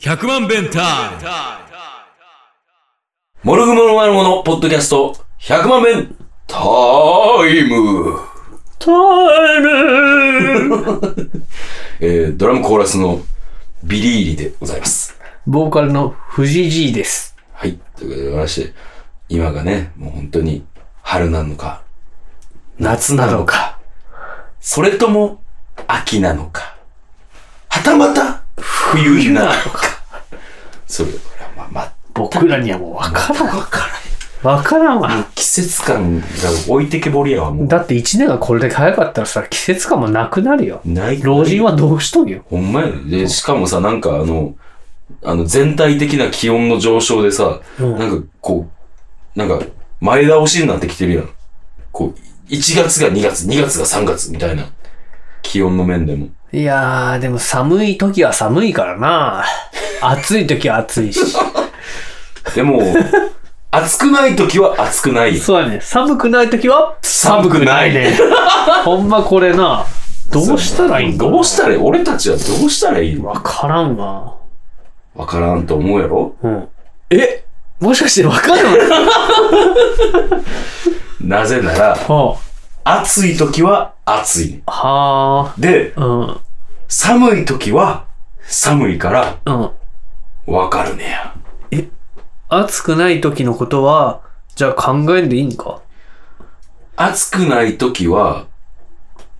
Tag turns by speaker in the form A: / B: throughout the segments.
A: 100万弁タイ
B: モルグモルマルモのポッドキャスト100万遍タイムタイム えー、ドラムコーラスのビリーリでございます。
C: ボーカルの藤井 G です。
B: はい。ということでございまして、今がね、もう本当に春なのか、夏なのか、それとも秋なのか、はたまた冬なのか。それ、これはまあ、まあ、
C: 僕らにはもうわからん。
B: わから
C: わからんわ。
B: 季節感が置いてけぼりやわ、もう。
C: だって一年がこれだけ早かったらさ、季節感もなくなるよ。
B: ない
C: 老人はどうしとんよ。
B: ほんまやで。で、しかもさ、なんかあの、あの、全体的な気温の上昇でさ、
C: うん
B: なんかこう、なんか、前倒しになってきてるやん。こう、1月が2月、2月が3月みたいな。気温の面でも。
C: いやー、でも寒い時は寒いからな。暑い時は暑 いし。
B: で も、暑くない時は暑くない。
C: そうやね。寒くない時は
B: 寒くない
C: ね。ほんまこれな。どうしたらいいんだ
B: どうしたらいい俺たちはどうしたらいいわ
C: わからんわ。
B: わからんと思うやろ
C: うん。
B: え
C: もしかしてわかる の
B: なぜなら、
C: は
B: 暑い時は暑い。
C: あ。は
B: で、
C: あ。うん。
B: 寒い時は寒いから、
C: うん。
B: わかるねや。
C: 暑くない時のことは、じゃあ考えんでいいんか
B: 暑くない時は、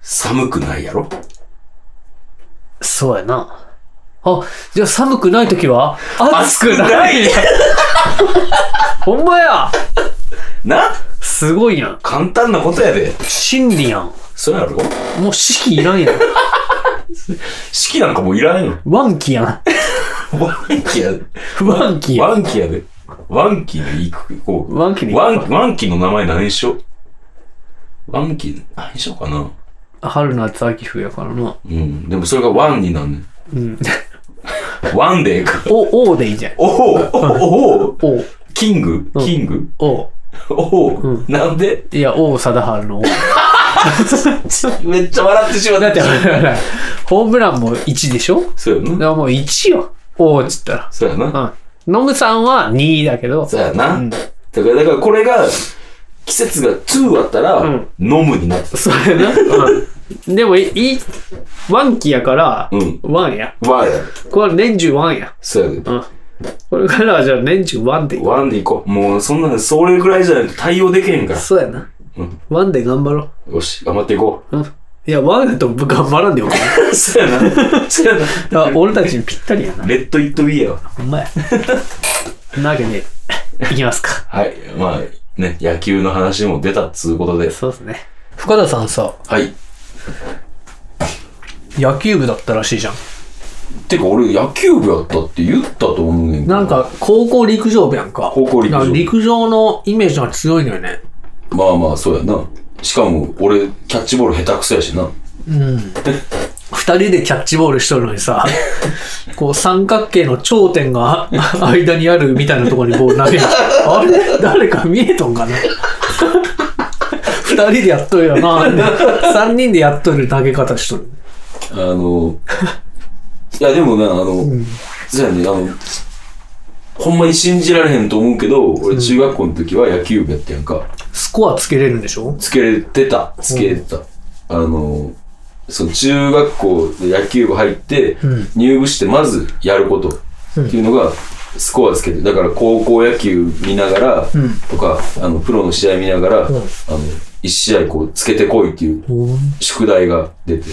B: 寒くないやろ
C: そうやな。あ、じゃあ寒くない時は暑くない
B: い
C: ほんまや
B: な
C: すごいやん。
B: 簡単なことやで。
C: 真理やん。
B: そうやろ
C: もう四季いらんや ん。
B: 式なんかもういらないの。
C: ワンキやん。
B: ワンキやで。
C: ワンキやん。
B: ワンキやで。ワンキで行く、こう。
C: ワンキでいい
B: ワン
C: か、
B: ワンキの名前何にしよう。ワンキ、何にしようかな。
C: 春夏秋冬やからな。
B: うん。でもそれがワンになんねん。
C: うん。
B: ワンでええか。
C: お、おうでいいじゃん。
B: おおおお
C: おう、
B: キング
C: うん
B: キング
C: おう。
B: おお、
C: う
B: なんで
C: いや、王貞 治の王。
B: めっちゃ笑ってしまっ
C: だ
B: た。
C: って、ほらほらホームランも1でしょ
B: そうや
C: だか
B: な。
C: らもう1よ。王っつったら。
B: そうやな。
C: うん。ノムさんは2だけど、
B: そうやな。
C: うん
B: だから、だからこれが、季節が2あったら、
C: うん
B: 飲むになって
C: それな。うん。でも、いい、ワンキやから、
B: うん。
C: ワンや。
B: ワンや。
C: これは年中ワンや。
B: そうやで。
C: うん。これからはじゃあ年中ワンでいこ
B: ワンで行こう。もう、そんな、それぐらいじゃないと対応できへんか
C: う。そうやな。
B: うん
C: ワンで頑張ろ
B: ら。よし、頑張っていこ
C: う。うん。いや、ワンやと頑張らんでよ。だか
B: う。 そうやな。そうやな。
C: ら俺たちにぴったりやな。
B: レッド・イット・ビーやわ。
C: ほんまや。なわけで、いきますか。
B: はい。まあ、ね、野球の話も出たっつうことで。
C: そうですね。深田さんさ、
B: はい。
C: 野球部だったらしいじゃん。
B: てか、俺、野球部やったって言ったと思うねんけど。
C: なんか、高校陸上部やんか。
B: 高校陸上
C: な
B: 部
C: んか陸上のイメージが強いのよね。
B: まあまあ、そうやな。しかも、俺、キャッチボール下手くそやしな。
C: 二人でキャッチボールしとるのに さ、こう三角形の頂点 があ間にあるみたいなところにボール投げる。あれ誰か見えとんかな二人でやっとるよな。三人でやっとる投げ方しとる。
B: あの、いやでもね、あの、そうやね、あの、ほんまに信じられへんと思うけど、俺中学校の時は野球部やったやんか。
C: スコアつけれるんでしょ
B: つけれてた、つけれてた。あの、そう、中学校で野球部入って、入部してまずやることっていうのが、スコアつけて、だから高校野球見ながら、とか、あの、プロの試合見ながら、あの、一試合こう、つけてこいっていう宿題が出て、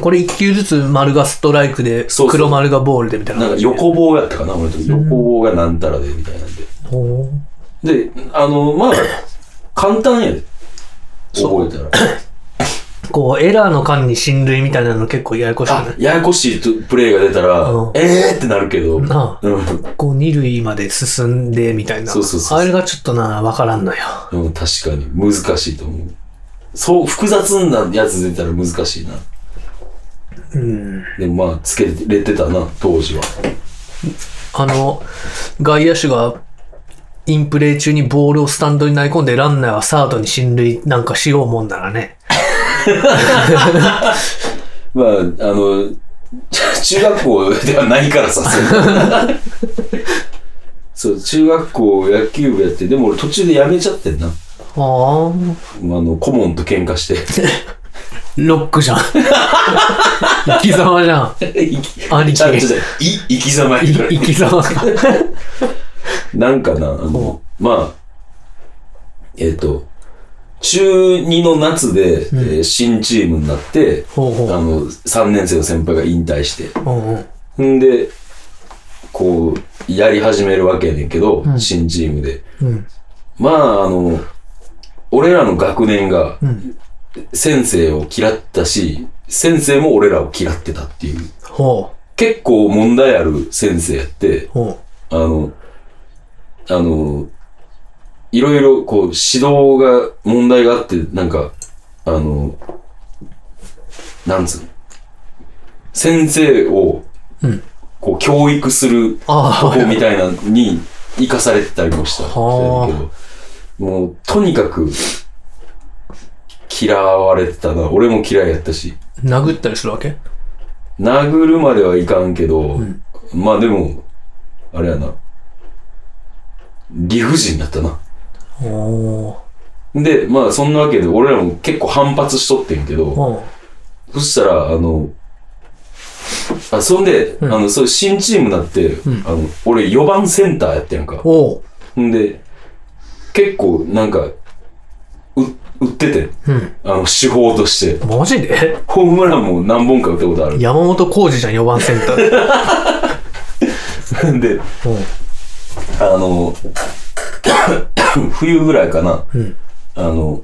C: これ一球ずつ丸がストライクで
B: そうそう
C: 黒丸がボールでみたいな
B: なんか横棒やったかな、俺の時。横棒がなんたらで、みたいなんで。
C: ほ
B: で、あの、まあ、簡単やで。
C: そ
B: 覚えたら。
C: うこうエラーの間に進塁みたいなの結構ややこしくない
B: あ、ややこしいとプレイが出たら、
C: うん
B: えーってなるけど。うん
C: なこう二塁まで進んでみたいな。
B: そうそうそうそう
C: あれがちょっとな、わからんのよ。
B: うん、確かに難しいと思う。そう、複雑なやつ出たら難しいな。
C: うん。
B: でもまあ、つけれてたな、当時は。
C: あの、外野手が、インプレー中にボールをスタンドに投げ込んで、ランナーはサードに進塁なんかしようもんならね。
B: まあ、あの、 中学校ではないからさ、 それそう、中学校野球部やって、でも俺途中でやめちゃってんな。あ
D: ああ。
B: の、顧問と喧嘩して。
D: ロックじゃん。生き様じゃん。兄貴
B: あちょっとい、生き様
D: い生き様か。
B: なんかな、あの、まあ、えっ、と、中2の夏で、えー新チームになって、
D: ほうほ
B: あ
D: う。
B: の、3年生の先輩が引退して、
D: うんうん
B: んで、こう、やり始めるわけやねんけど、
D: ん
B: 新チームで。
D: うん
B: まあ、あの、俺らの学年が
D: うん。
B: 先生を嫌ったし、先生も俺らを嫌ってたっていう。
D: ほ
B: 結構問題ある先生やって
D: う。、ほ
B: あの、あの、いろいろこう指導が問題があって、なんか、あの、なんつうの先生を、
D: うん
B: こう教育する
D: う。あ
B: とこ
D: あ。
B: みたいなのに生かされてたりもしたんだけ
D: はあ
B: ど、もうとにかく嫌われてたな。俺も嫌いやったし。
D: 殴ったりするわけ
B: 殴るまではいかんけど、
D: ん
B: まあでも、あれやな。理不尽だったな。
D: おお
B: で、まあそんなわけで俺らも結構反発しとってんけど、
D: ー。ほ
B: そしたら、あの、あそんで、
D: ん
B: あの、そう新チームになって、
D: ん
B: あの、俺4番センターやってんか
D: う。。おう。
B: んで、結構なんか、う、売ってて、
D: うん。
B: あの、手法として。
D: マジで
B: ホームランも何本か打ったことある。
D: 山本浩二じゃん、4番センター。
B: で、
D: うん。
B: あの、 冬ぐらいかな、
D: ん
B: あの、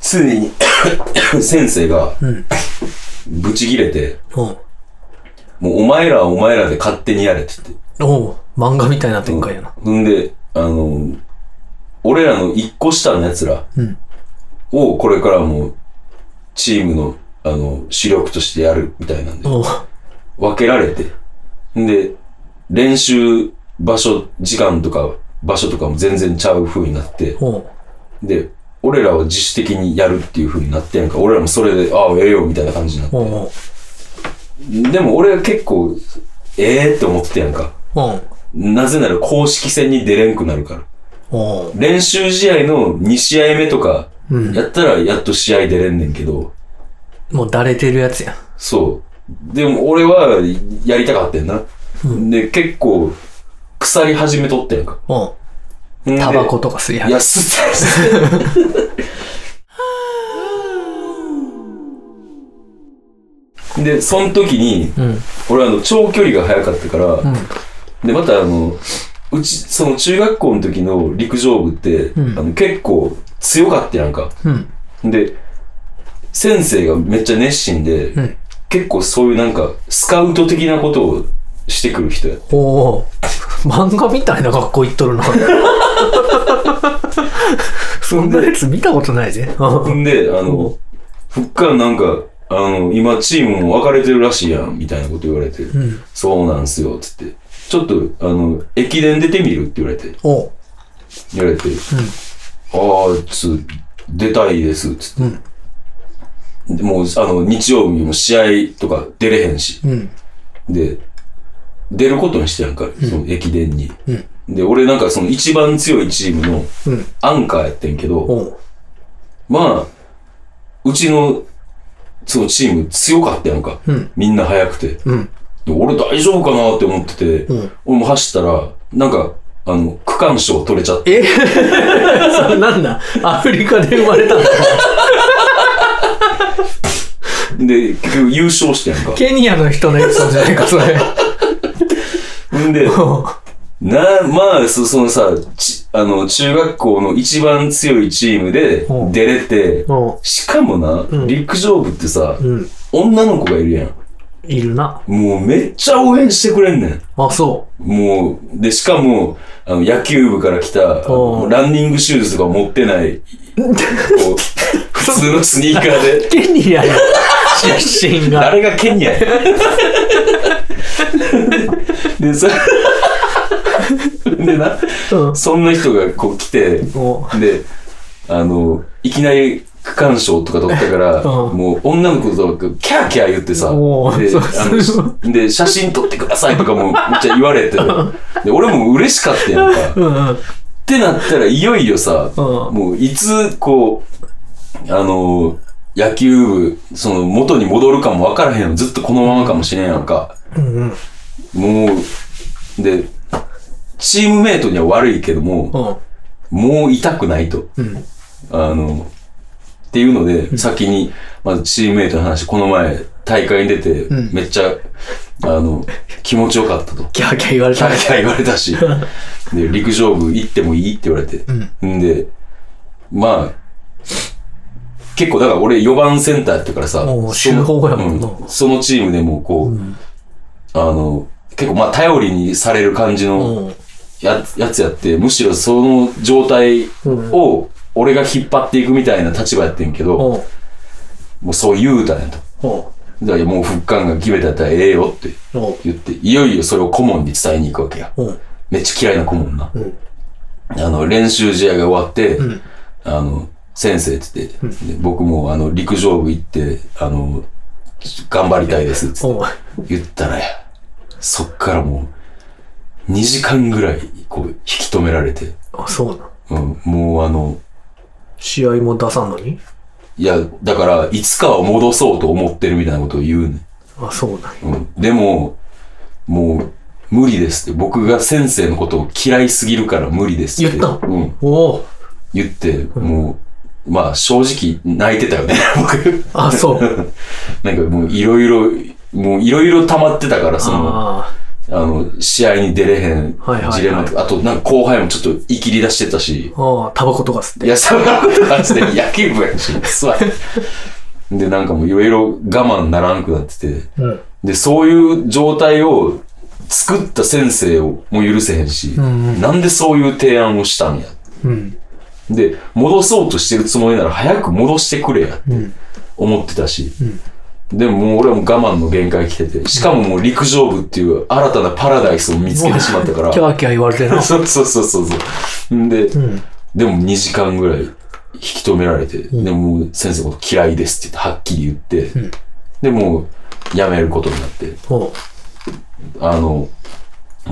B: ついに 先生が
D: ん、
B: ブチ切れて、
D: うん。
B: もうお前らはお前らで勝手にやれって言って。
D: おう。漫画みたいな展開やな。
B: ほんで、あの、俺らの一個下の奴ら
D: うん
B: をこれからもチームの、あの、主力としてやるみたいなんで、
D: おう。
B: 分けられて、んで、練習場所、時間とか場所とかも全然ちゃう風になって、
D: おう。
B: で、俺らは自主的にやるっていう風になってやんか、俺らもそれで、ああ、ええよみたいな感じになっ
D: おうおう。
B: て。でも俺は結構、ええって思ってたやんか。
D: おう。
B: なぜなら公式戦に出れんくなるから。
D: おう。
B: 練習試合の2試合目とか、
D: うん。
B: やったらやっと試合出れんねんけど、
D: もうだれてるやつやん。
B: そう。でも俺はやりたかったんな。で、結構、腐り始めとったやんか。
D: おう。
B: んで
D: タバコとか吸い
B: い
D: 始
B: や、
D: め。
B: 吸ってない吸ってないで、その時に、
D: うん。
B: 俺あの、長距離が速かったから、で、またあの、うち、その中学校の時の陸上部って、
D: うん
B: あの結構強かったやんか。
D: うん。
B: で、先生がめっちゃ熱心で、
D: うん
B: 結構そういうなんか、スカウト的なことをしてくる人や。
D: おお。漫画みたいな学校行っとるな。そんなやつ見たことないぜ。
B: ほんで、あ
D: う
B: の、ふっからなんか、あの、今チームも分かれてるらしいやん、みたいなこと言われて、
D: ん
B: そうなんすよ、つって。ちょっと、あの、駅伝出てみるって言われて、
D: おう。
B: 言われて、ああ、つ、出たいです、つって。でもう、あの、日曜日も試合とか出れへんし、
D: うん。
B: で、出ることにしてやんか、その駅伝に。
D: うん
B: で、俺なんかその一番強いチームの
D: うん。
B: アンカーやってんけど、
D: おう。
B: まあ、うちの、そのチーム強かったやんか。
D: うん
B: みんな速くて。
D: うん。
B: で俺大丈夫かなって思ってて、
D: うん
B: 俺も走ったら、なんか、あの、区間賞取れちゃって。
D: えそん なんだ。アフリカで生まれたんだ。
B: で、結局優勝してやんか。
D: ケニアの人のエピソードじゃないか、それ。
B: ん で、
D: おう
B: な、まあ、そそのさ、ちあの、中学校の一番強いチームで
D: うん
B: 出れて、
D: おう。
B: しかもな、
D: ん
B: 陸上部ってさ、
D: うん。
B: 女の子がいるやん。
D: いるな。
B: もうめっちゃ応援してくれんねん。
D: あ、そ
B: もう、で、しかも、あの、野球部から来た、あ
D: う
B: の
D: ん
B: ランニングシューズとか持って ない、こう、普通のスニーカー
D: う。
B: で、
D: ケニアの出身が。
B: 誰がケニアやで、そでな、
D: う ん。
B: そんな人がこう来て、
D: おう。
B: で、あの、いきなり区間賞とか取ったから、
D: うん
B: もう女の子とかキャーキャー言ってさ、
D: おー
B: で、
D: そう
B: あの
D: そう
B: で写真撮ってくださいとかもめっちゃ言われて、で、俺も嬉しかったやんか。
D: うんうん。
B: ってなったらいよいよさ、
D: うん
B: もういつこうあの野球部その元に戻るかも分からへんのずっとこのままかもしれんやんか、
D: うんうん。
B: もうでチームメイトには悪いけども、
D: うん。
B: もう痛くないと
D: うん。
B: あのっていうので、先に、まずチームメイトの話、この前、大会に出て、
D: ん
B: めっちゃ、あの、気持ちよかったと。
D: キャーキャー言われ
B: キ
D: た
B: ャ。ーキャー言われた し、で、陸上部行ってもいいって言われて。ん、で、まあ、結構だから俺4番センターやったからさ、
D: もう
B: その
D: 集合やもんな
B: うんそのチームでもこう、あの、結構まあ頼りにされる感じ
D: う
B: の
D: ん。
B: や,、やつやって、むしろその状態を俺が引っ張っていくみたいな立場やってんけど、
D: おう
B: もうそう言うたんやと。
D: おう
B: だからもう復刊が決めたやったらええよって
D: おう
B: 言って、いよいよそれを顧問に伝えに行くわけや。
D: おう
B: めっちゃ嫌いな子もんな。
D: ん
B: あの、練習試合が終わって、あの、先生って言って、で僕もあの、陸上部行って、あの、頑張りたいですって
D: おう
B: 言ったらや、そっからもう、2時間ぐらい、こう、引き止められて、
D: あ、そうな。
B: うん、もうあの、
D: 試合も出さんのに
B: いや、だから、いつかは戻そうと思ってるみたいなことを言うねん。
D: あ、そうなんや。
B: うん、でも、もう、無理ですって。僕が先生のことを嫌いすぎるから無理ですって。
D: 言った
B: うん。
D: おお
B: 言って、もう、まあ正直泣いてたよね、 僕。
D: あ、 そう。
B: なんかもういろいろ、もういろいろ溜まってたから、その、あ
D: あ
B: の、試合に出れへん
D: はいはいはい
B: ジレマとか、あとなんか後輩もちょっとイキり出してたし、
D: あ。ああ、タバコとか吸って。
B: いや、そんなこと感じで野球部やし、座って。で、なんかもういろいろ我慢ならんくなってて、
D: うん。
B: で、そういう状態を作った先生をもう許せへんし、
D: ん
B: なんでそういう提案をしたんや
D: うん。
B: で、戻そうとしてるつもりなら早く戻してくれやって思ってたし、でももう俺はもう我慢の限界来てて、しかももう陸上部っていう新たなパラダイスを見つけてしまったか
D: キ
B: ら、
D: ャーキャー言われて な。
B: そうそうそうそうそう。んで、
D: ん
B: でも2時間ぐらい引き止められて、でももう先生のこと嫌いですって言ってはっきり言って、で、もう辞めることになって、
D: おう
B: あの、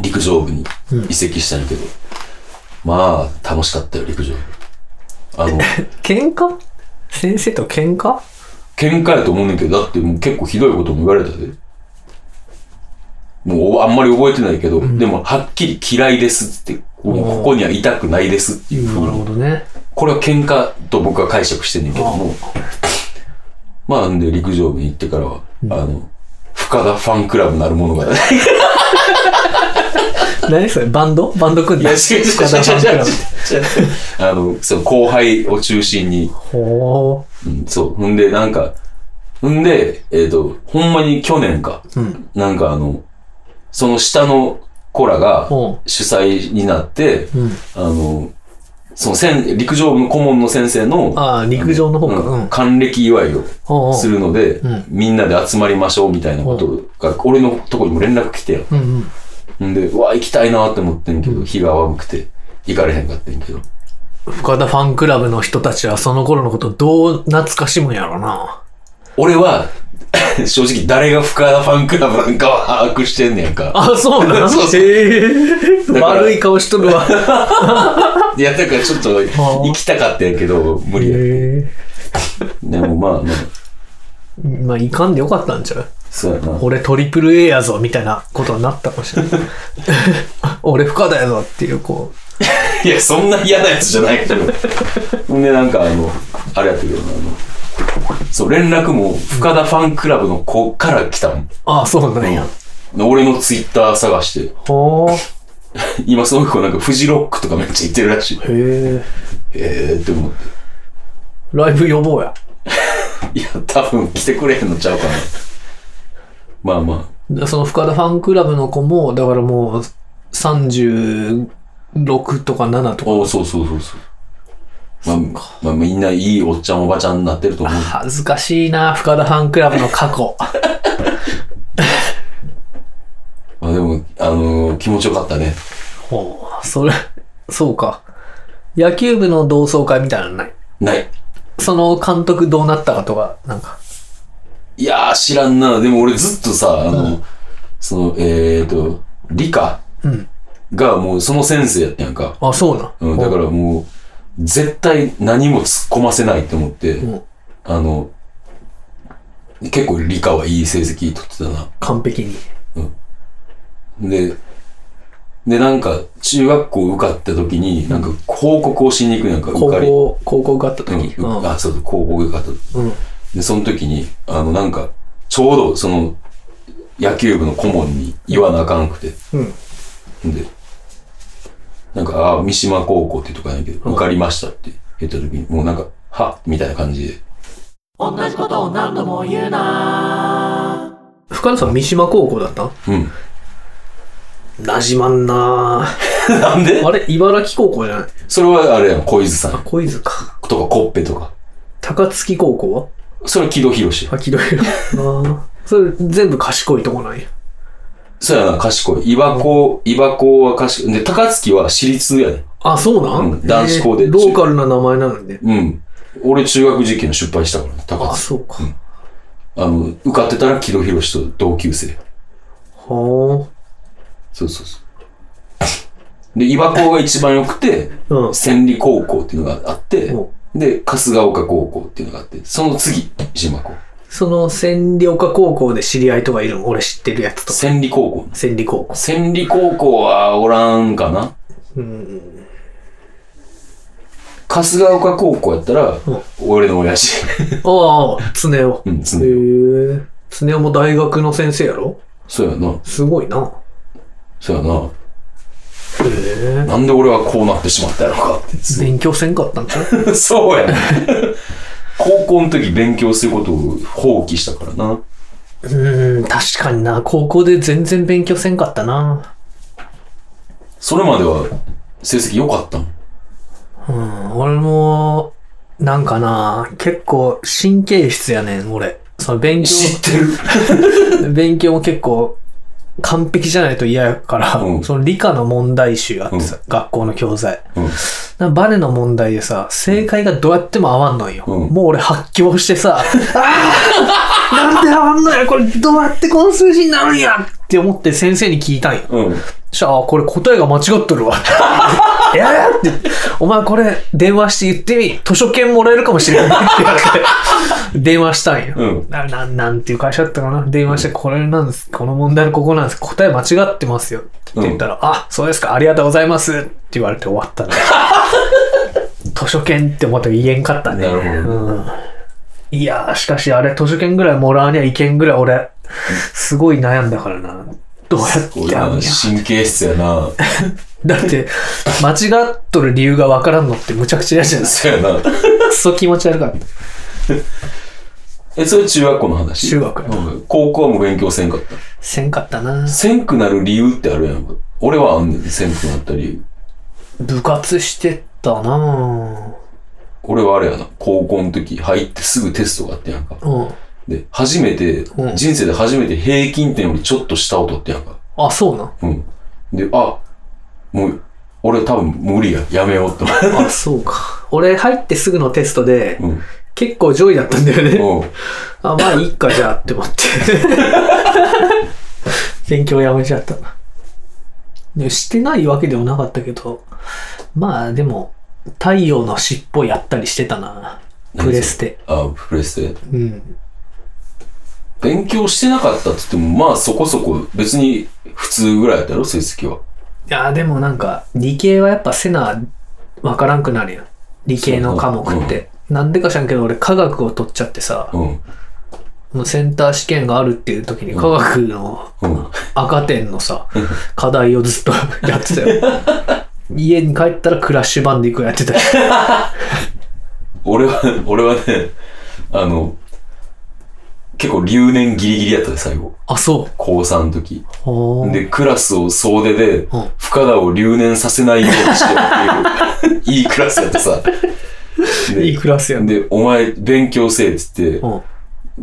B: 陸上部に移籍したんやけど、まあ、楽しかったよ、陸上部。あの、
D: 喧嘩先生と喧嘩
B: 喧嘩やと思うねんけど、だってもう結構ひどいことも言われたで。もうあんまり覚えてないけど、でもはっきり嫌いですって、もうここにはいたくないですっていう風
D: なる
B: な。
D: ほどね。
B: これは喧嘩と僕は解釈してんねんけども。まあ、んで陸上部に行ってからは、あの、深田ファンクラブなるも のが、ね、
D: 何それバンドバンド組ん
B: い
D: で
B: や、違う違う
D: 深田ファンク
B: 違う違
D: ラ
B: う
D: ブ
B: 違う違う あの、そう、後輩を中心に、
D: ほ
B: うん、そう。ほんで、なんか、ほんで、えっ、と、ほんまに去年か、
D: う。うん。
B: なんかあの、その下の子らが
D: うん
B: 主催になって、
D: うん。
B: あの、その先、陸上部の顧問の先生の、
D: ああ、陸上の方か。う
B: うん
D: ん。
B: 還暦祝い
D: おう
B: を
D: おう
B: するので、
D: ん
B: みんなで集まりましょうみたいなことが、俺のとこにも連絡来てよ。
D: うんうん。
B: んで、うわ、行きたいなって思ってんけど、日が淡くて、行かれへんかってんけど。
D: 深田ファンクラブの人たちはその頃のことどう懐かしむんやろな。
B: 俺は、 正直誰が深田ファンクラブなんかは把握してんねやんか。
D: あ、そうな の
B: そうそう
D: ええ
B: だから
D: 悪い顔しとるわ。
B: いや、だからちょっと行きたかったんやけど、無理や。
D: え
B: でもまあまあ、
D: えまあ、いかんでよかったんちゃう
B: そうやな。
D: 俺トリプル A やぞ、みたいなことになったかも しれない。俺深田やぞっていう、こ
B: いや、そんな嫌なやつじゃないけど。ほんで、なんか、あの、あれやったけどな、あの、そう、連絡も、深田ファンクラブの子から来たもん。
D: う。ああ、そうなんや。
B: で俺のツイッター探して、
D: ほう。
B: 今その子なんかフジロックとかめっちゃ行ってるらしい。
D: へえ。
B: えーって思って。
D: ライブ呼ぼうや。
B: いや、多分来てくれへんのちゃうかな。まあま
D: でその深田ファンクラブの子も、だからもう36とか7
B: あ。
D: とか。
B: おそうそうそうそう。まあ、まあ、みんないいおっちゃんおばちゃんになってると思 う。
D: 恥ずかしいな、深田ファンクラブの過 去。
B: まあでも、あのー気持ちよかったね。
D: ほう、それ、そうか。野球部の同窓会みたいなのない。
B: ない。
D: その監督どうなったかとか、なんか。
B: いやー、知らんな。でも俺ずっとさ、あの、その、えーと、理科
D: うん。
B: がもうその先生やったやんか。
D: あ、そうな。
B: うん、だからもう、絶対何も突っ込ませないって思って、
D: うん
B: あの、結構理科はいい成績取ってたな。
D: 完璧に。
B: で、で、なんか、中学校受かった時に、なんか、報告をしに行くやんか、
D: 高
B: 受かり。
D: 校、高校があった時。
B: う
D: うん
B: ん、
D: う
B: うあ、そうそう、高校受かった。
D: ん。
B: で、その時に、あの、なんか、ちょうど、その、野球部の顧問に言わなあかんくて。
D: うん。
B: んで、なんか、あ、三島高校っていうとこやねんけど、受かりましたって言った時に、もうなんか、はみたいな感じで。
D: 深田さん、三島高校だった
B: うん。
D: なじまんな
B: なんで
D: ぁ。あれ、茨城高校じゃない
B: それはあれやん、小泉さん
D: 小泉か。
B: とか、コッペとか。
D: 高槻高校は
B: それは木戸博士。
D: あ、ひどいよ。ああ。それ、全部賢いとこなんや。
B: そうやな、賢い。岩子、岩子は賢い。で、高槻は私立やねん。
D: あ、そうなん、
B: うん男子校で
D: えーローカルな名前なのにね。
B: うん。俺、中学受験失敗したからね、高
D: あ、
B: 槻。
D: そうか。
B: あの、受かってたら木戸博士と同級生。
D: は
B: そうそうそう。で、岩高が一番良くて、
D: あ。うん。
B: 千里高校っていうのがあって
D: お、
B: で、春日岡高校っていうのがあって、その次、島高。
D: その、千里岡高校で知り合いとかいるの俺知ってるやつとか。
B: 千里高校。
D: 千里高校。
B: 千里高校はおらんかな。
D: うん。
B: 春日岡高校やったら、俺の親父。
D: ああ、常雄。
B: うん、常
D: へ
B: に。
D: え。常雄も大学の先生やろ
B: そうやな。
D: すごいな。
B: そうやな。
D: へえ。
B: なんで俺はこうなってしまったやろかって。
D: 勉強せんかったんちゃう
B: そうやね。高校の時勉強することを放棄したからな。
D: うん、確かにな。高校で全然勉強せんかったな。
B: それまでは成績良かったもん。
D: うん、俺も、なんかな、結構神経質やねん、俺。その勉強、
B: 知ってる。
D: 勉強も結構完璧じゃないと嫌やから、
B: うん
D: その理科の問題集あってさ、学校の教材。なんかバネの問題でさ、正解がどうやっても合わんのんよ。
B: うん
D: もう俺発狂し てさ、あーなんで合わんのやこれどうやってこの数字になるんやって思って先生に聞いたんよ。
B: うん。うん。
D: そしたら、あ、これ答えが間違っとるわ。 えーって、お前これ電話して言ってみ、図書券もらえるかもしれないって言われて、電話したんよ。
B: うん
D: ななん、なんていう会社だったかな。電話して、これなんです、この問題のここなんです、答え間違ってますよ。って言ったら、あ、そうですか、ありがとうございます。って言われて終わったね。 図書券って思ったけど言えんかったね。
B: なるほど
D: うんいやー、しかしあれ、図書券ぐらいもらわにはいけんぐらい俺、すごい悩んだからな。どうやって
B: 俺
D: や
B: は
D: るんや。
B: 神経質やな。
D: だって、間違っとる理由がわからんのってむちゃくちゃ嫌じゃないです
B: そうやな。
D: か。クソ気持ち悪かった。
B: え、それ中学校の話
D: 中学やな
B: うん高校はもう勉強せんかった。
D: せんかったな。
B: せんくなる理由ってあるやんか。俺はあんねん、せんくなった理由。
D: 部活してたな
B: 俺はあれやな、高校の時入ってすぐテストがあってやんか。
D: うん。
B: で、初めて、
D: うん
B: 人生で初めて平均点よりちょっと下を取ってやんか。
D: あ、そうな。
B: うん。で、あ、もう、俺多分無理や。やめようと思って。
D: あ、 そうか。俺入ってすぐのテストで、
B: うん。
D: 結構上位だったんだよ ね。
B: うん。
D: あ、まあいいかじゃあって 思って。勉強やめちゃったな。でしてないわけでもなかったけど、まあでも、太陽の尻尾やったりしてたな。プレステ。
B: あ、プレステ。
D: うん。
B: 勉強してなかったって言っても、まあそこそこ、別に普通ぐらいやったやろ、成績は。
D: いやーでもなんか理系はやっぱセナわからんくなるやん理系の科目って、なんでか知らんけど俺科学を取っちゃってさ、
B: うん。
D: もうセンター試験があるっていう時に科学の
B: うん。
D: 赤点の さ、課題をずっとやってたよ家に帰ったらクラッシュバンディクーやってたよ
B: 俺は、俺はね、あの、結構留年ギリギリやったで、最後。
D: あそう
B: 高3の時。
D: ほー
B: で、クラスを総出で
D: ん、
B: 深田を留年させないようにしてるっていう、いいクラスやった さ。で
D: いいクラスやん
B: で、お前勉強せえっつって、
D: うん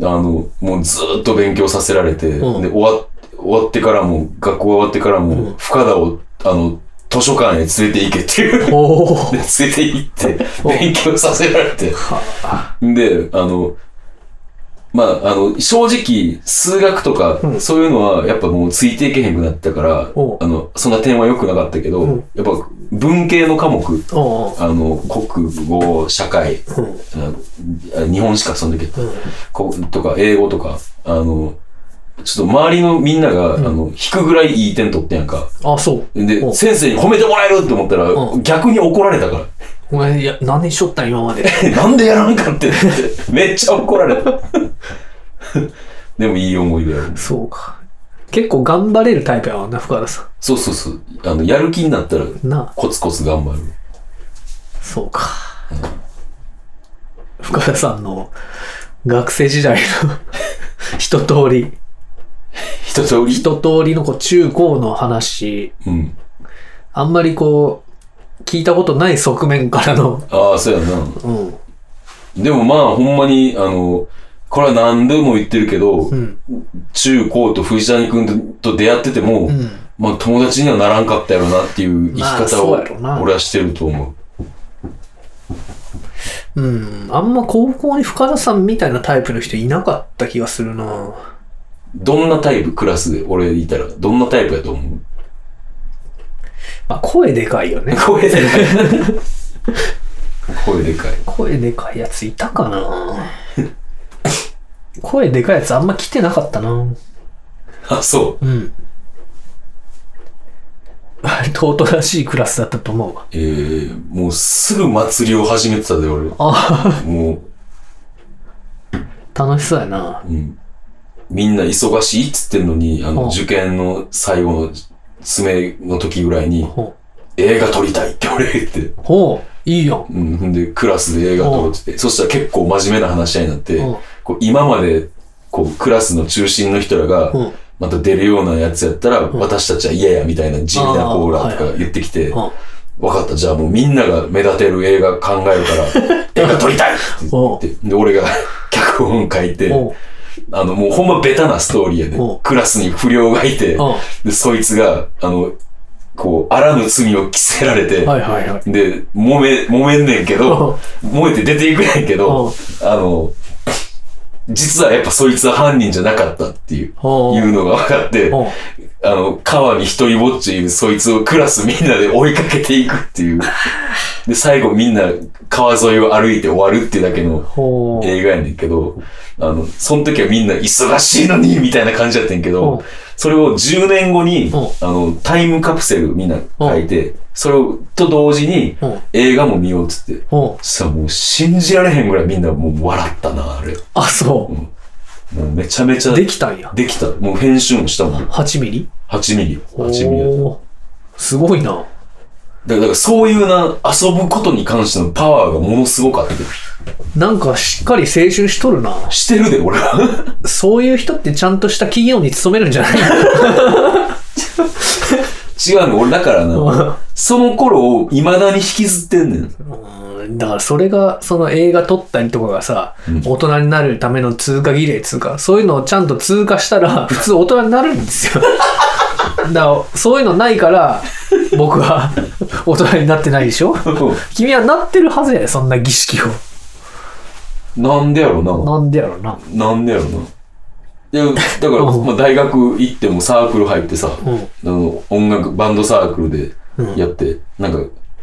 B: あの、もうずーっと勉強させられて、
D: うん
B: で、終わっ、終わってからも、学校終わってからも、深田を、あの、図書館へ連れて行けって いう。
D: おお。
B: で連れて行って、勉強させられて。で、あの、まあ、あの、正直、数学とか、そういうのは、やっぱもうついていけへんくなったから
D: お、
B: あの、そんな点は良くなかったけど、
D: ん
B: やっぱ、文系の科目、
D: おー
B: あの、国語、社会、
D: うん。
B: あ日本史か、その時やった、こことか、英語とか、あの、ちょっと周りのみんなが、あの、引くぐらいいい点取ってんやんか。
D: あ、そう。
B: で
D: お、
B: 先生に褒めてもらえるって思ったら、
D: う
B: 逆に怒られたから。
D: お前、いや、何しとったん今まで。
B: なんでやらんかってってめっちゃ怒られた。 でもいい思い出やる。
D: そうか。結構頑張れるタイプやわな、福原さ
B: そうそうそう。あの、やる気になったら、
D: ん。な
B: コツコツ頑張る。
D: あ、そうか。福原さんの学生時代の 一通り、
B: 一通り。
D: 一通りのこう中高の話、
B: うん。
D: あんまりこう、聞いたことない側面からの、
B: ああ、そうやな。
D: うん、
B: でもまあ、ほんまに、あの、これは何度も言ってるけど、
D: ん
B: 中高と藤谷君と出会ってても、
D: ん
B: まあ友達にはならんかったやろなっていう生き
D: まあ
B: 方を
D: そうやろな
B: 俺はしてると思う。
D: うん、あんま高校に深田さんみたいなタイプの人いなかった気がするな
B: どんなタイプクラスで俺いたら、どんなタイプやと思う
D: まあ、声でかいよね。
B: 声でかい。声でかい。
D: 声でかいやついたかな 声でかいやつあんま来てなかった な
B: あ、そう。
D: うん。割とおとなしいクラスだったと思うわ。
B: えー、もうすぐ祭りを始めてたで、俺。
D: あ
B: も
D: あ、楽しそうやな
B: う、うん。みんな忙しいっつってんのに、あ
D: う
B: の、
D: ん
B: 受験の最後の詰めの時ぐらいに、
D: ほ
B: 映画撮りたいって俺言って。
D: う、ほう、いいよ。
B: うん、ほんで、クラスで映画撮ろうってて。そしたら結構真面目な話し合いになって
D: うん、
B: こう今まで、こう、クラスの中心の人らが
D: うん、
B: また出るようなやつやったら、私たちは嫌や、みたいな地味なコーラとか言ってきて、
D: うん。
B: 分かった、じゃあもうみんなが目立てる映画考える から、映画撮りたいって言って、で、俺が 脚本書いて、
D: ほ
B: あの、もうほんまベタなストーリーやで、
D: おう
B: クラスに不良がいて
D: う、ん。
B: で、そいつが、あの、こう、あらぬ罪を着せられて、
D: はいはいはい。
B: で、揉め、揉めんねんけど、揉めて出ていくねんけ
D: お
B: ど
D: う、
B: あの、実はやっぱそいつは犯人じゃなかったっていう、
D: ほ
B: いう
D: う、
B: のが分かって、
D: ほう。
B: あの、川に一人ぼっちいるそいつをクラスみんなで追いかけていくって いう。で、最後みんな川沿いを歩いて終わるっていうだけの
D: ほう。
B: 映画やねんけど、あの、その時はみんな忙しいのにみたいな感じやってんけ
D: お
B: ど
D: う、
B: それを10年後に
D: おう、
B: あの、タイムカプセルみんな書いて、それを、と同時に
D: おう
B: 映画も見ようっつって。
D: ほう。
B: そしたらもう信じられへんぐらいみんなもう笑ったな、あれ。
D: あ、そ
B: もうめちゃめちゃ
D: う。できたんや。
B: できた。もう編集もしたもん。
D: 8ミリ
B: 8ミリ。8ミリやった。
D: おーすごいな。
B: だからそういうな、遊ぶことに関してのパワーがものすごかった。
D: なんかしっかり青春しとるな。
B: してるで、俺は。
D: そういう人ってちゃんとした企業に勤めるんじゃない
B: 違うの、俺だからな、その頃を未だに引きずってんねん。
D: うんだからそれが、その映画撮ったりとかがさ、大人になるための通過儀礼つうか、そういうのをちゃんと通過した ら、普通大人になるんですよ。だから、そういうのないから、僕は 大人になってないでしょ君はなってるはずやで、そんな儀式を。
B: なんでやろな。
D: なんでやろな。
B: なんでやろな。いや、だから、
D: うん
B: まあ、大学行ってもサークル入ってさ、
D: うん
B: あの音楽、バンドサークルでやって、なんか、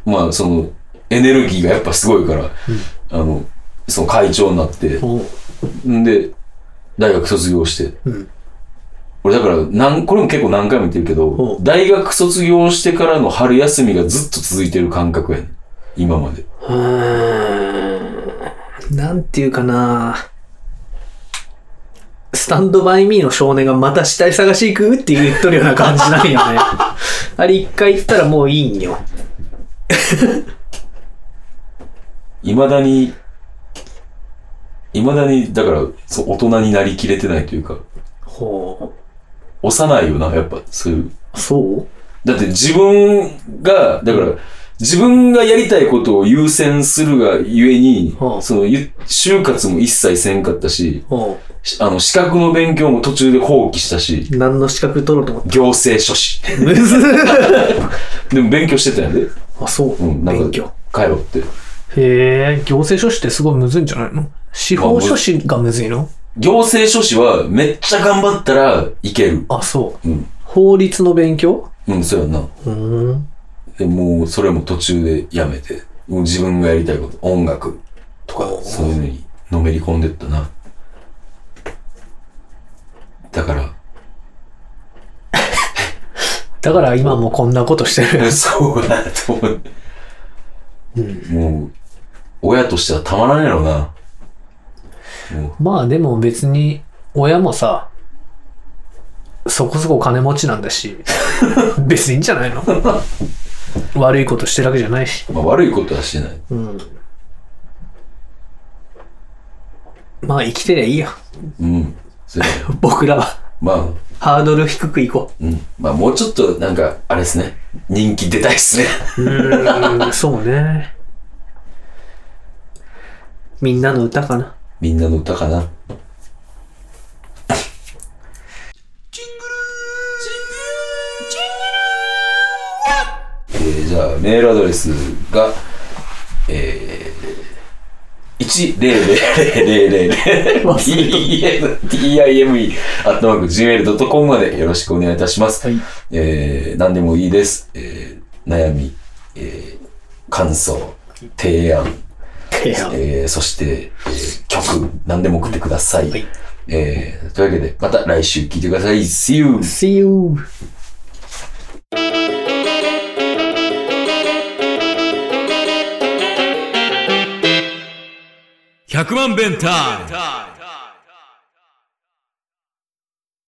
B: まあ、その、エネルギーがやっぱすごいから、あの、その会長になって、
D: おうん
B: で、大学卒業して。
D: うん
B: 俺だからなん、これも結構何回も言ってるけど
D: う、ん
B: 大学卒業してからの春休みがずっと続いてる感覚やねん。今まで。
D: ーんなんていうかなスタンドバイミーの少年がまた死体探し行くって言っとるような感じなんよ ね。あれ一回行ったらもういいんよ。
B: 未だに、未だに、だから、そう大人になりきれてないというか、
D: ほ
B: 幼いよな、やっぱ、そういう。
D: う。そう
B: だって自分が、だから、自分がやりたいことを優先するがゆえに、
D: はあ
B: そのゆ、就活も一切せんかったし、
D: お
B: しあの、資格の勉強も途中で放棄したし、
D: 何の資格取ろうと思っ
B: 行政書士。
D: て。むずっ
B: でも勉強してたんやで。
D: あ、そう。
B: うん、なんか、
D: 勉強。
B: 帰ろうって。
D: へえ、行政書士ってすごいむずいんじゃないの司法書士がむずいの
B: 行政書士はめっちゃ頑張ったらいける。
D: あ、そう。
B: うん
D: 法律の勉強
B: うん、そうやんな。
D: うーん。
B: で、もうそれも途中でやめて、もう自分がやりたいこと、音楽とか、そういうのにのめり込んでったな。だから、
D: だから今もこんなことして る。
B: そうだなと思う。もう、親としてはたまらんやろな。も
D: まあでも別に、親もさ、そこそこ金持ちなんだし、 別にいいんじゃない の悪いことしてるわけじゃないし。
B: う、まあ悪いことはしてない。
D: うん。まあ生きてりゃいいよ。
B: うん。そうやな
D: 僕らは。
B: まあ、
D: ハードル低くいこ
B: うん。まあもうちょっとなんか、あれですね。人気出たいっすね。
D: う。うーん、そうね。みんなの歌かな。
B: みんなの歌かな。えー、じゃあ、メールアドレスが、えー、1000000time.gmail.com までよろしくお願いいたします。
D: はい
B: えー、何でもいいです。えー、悩み、えー、感想、提案、えーそして、えー曲、何でも送ってください。
D: はい
B: えーというわけで、また来週聞いてください。See you!
D: See you!
C: !100 万弁タイム